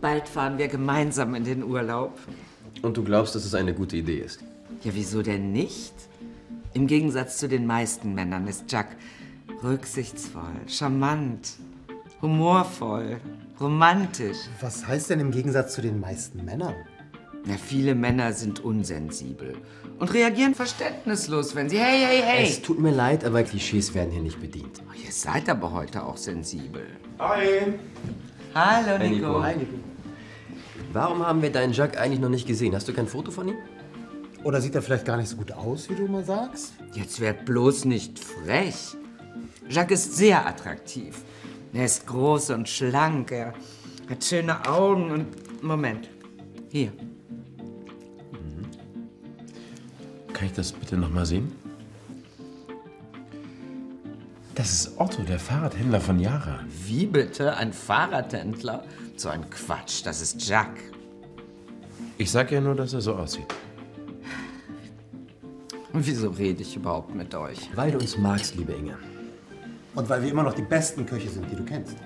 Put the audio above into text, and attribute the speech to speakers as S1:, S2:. S1: Bald fahren wir gemeinsam in den Urlaub.
S2: Und du glaubst, dass es eine gute Idee ist?
S1: Ja, wieso denn nicht? Im Gegensatz zu den meisten Männern ist Jack rücksichtsvoll, charmant, humorvoll, romantisch.
S3: Was heißt denn im Gegensatz zu den meisten Männern?
S1: Na, viele Männer sind unsensibel und reagieren verständnislos, wenn sie hey, hey, hey.
S2: Es tut mir leid, aber Klischees werden hier nicht bedient.
S1: Oh, ihr seid aber heute auch sensibel.
S4: Hi.
S1: Hallo, Nico.
S2: Hi, Nico. Warum haben wir deinen Jack eigentlich noch nicht gesehen? Hast du kein Foto von ihm?
S3: Oder sieht er vielleicht gar nicht so gut aus, wie du mal sagst?
S1: Jetzt werd bloß nicht frech. Jacques ist sehr attraktiv. Er ist groß und schlank, er hat schöne Augen und... Moment, hier.
S5: Kann ich das bitte nochmal sehen? Das ist Otto, der Fahrradhändler von Yara.
S1: Wie bitte? Ein Fahrradhändler? So ein Quatsch, das ist Jack.
S5: Ich sag ja nur, dass er so aussieht.
S1: Und wieso rede ich überhaupt mit euch?
S2: Weil du uns magst, liebe Inge.
S3: Und weil wir immer noch die besten Köche sind, die du kennst.